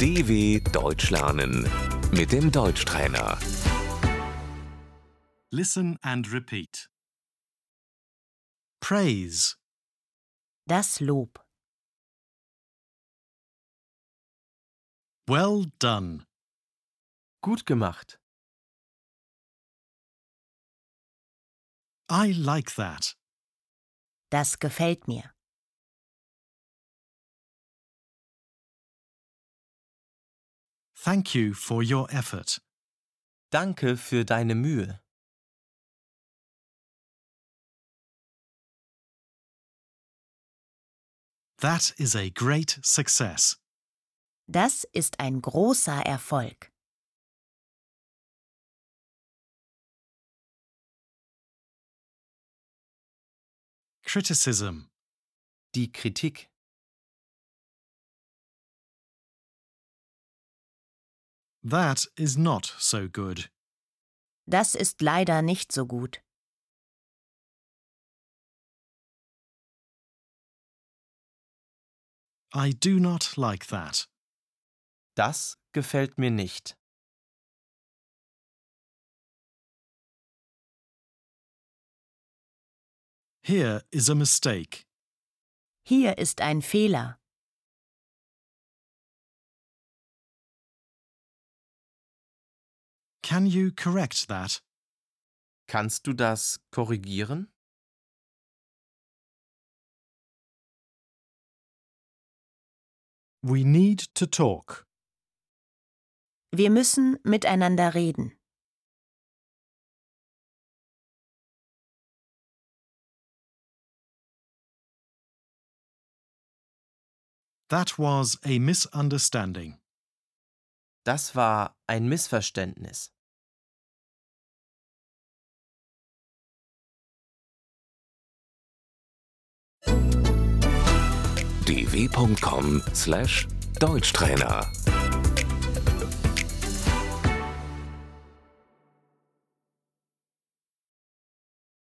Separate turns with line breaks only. DW Deutsch lernen mit dem Deutschtrainer.
Listen and repeat. Praise,
Das Lob.
well done,
Gut gemacht.
I like that,
Das gefällt mir.
thank you for your effort,
Danke für deine Mühe.
that is a great success.
Das ist ein großer Erfolg.
Criticism,
Die Kritik.
that is not so good.
Das ist leider nicht so gut.
I do not like that.
Das gefällt mir nicht.
Here is a mistake,
Hier ist ein Fehler.
can you correct that?
Kannst du das korrigieren?
We need to talk.
Wir müssen miteinander reden.
That was a misunderstanding.
Das war ein Missverständnis.
dw.com/deutschtrainer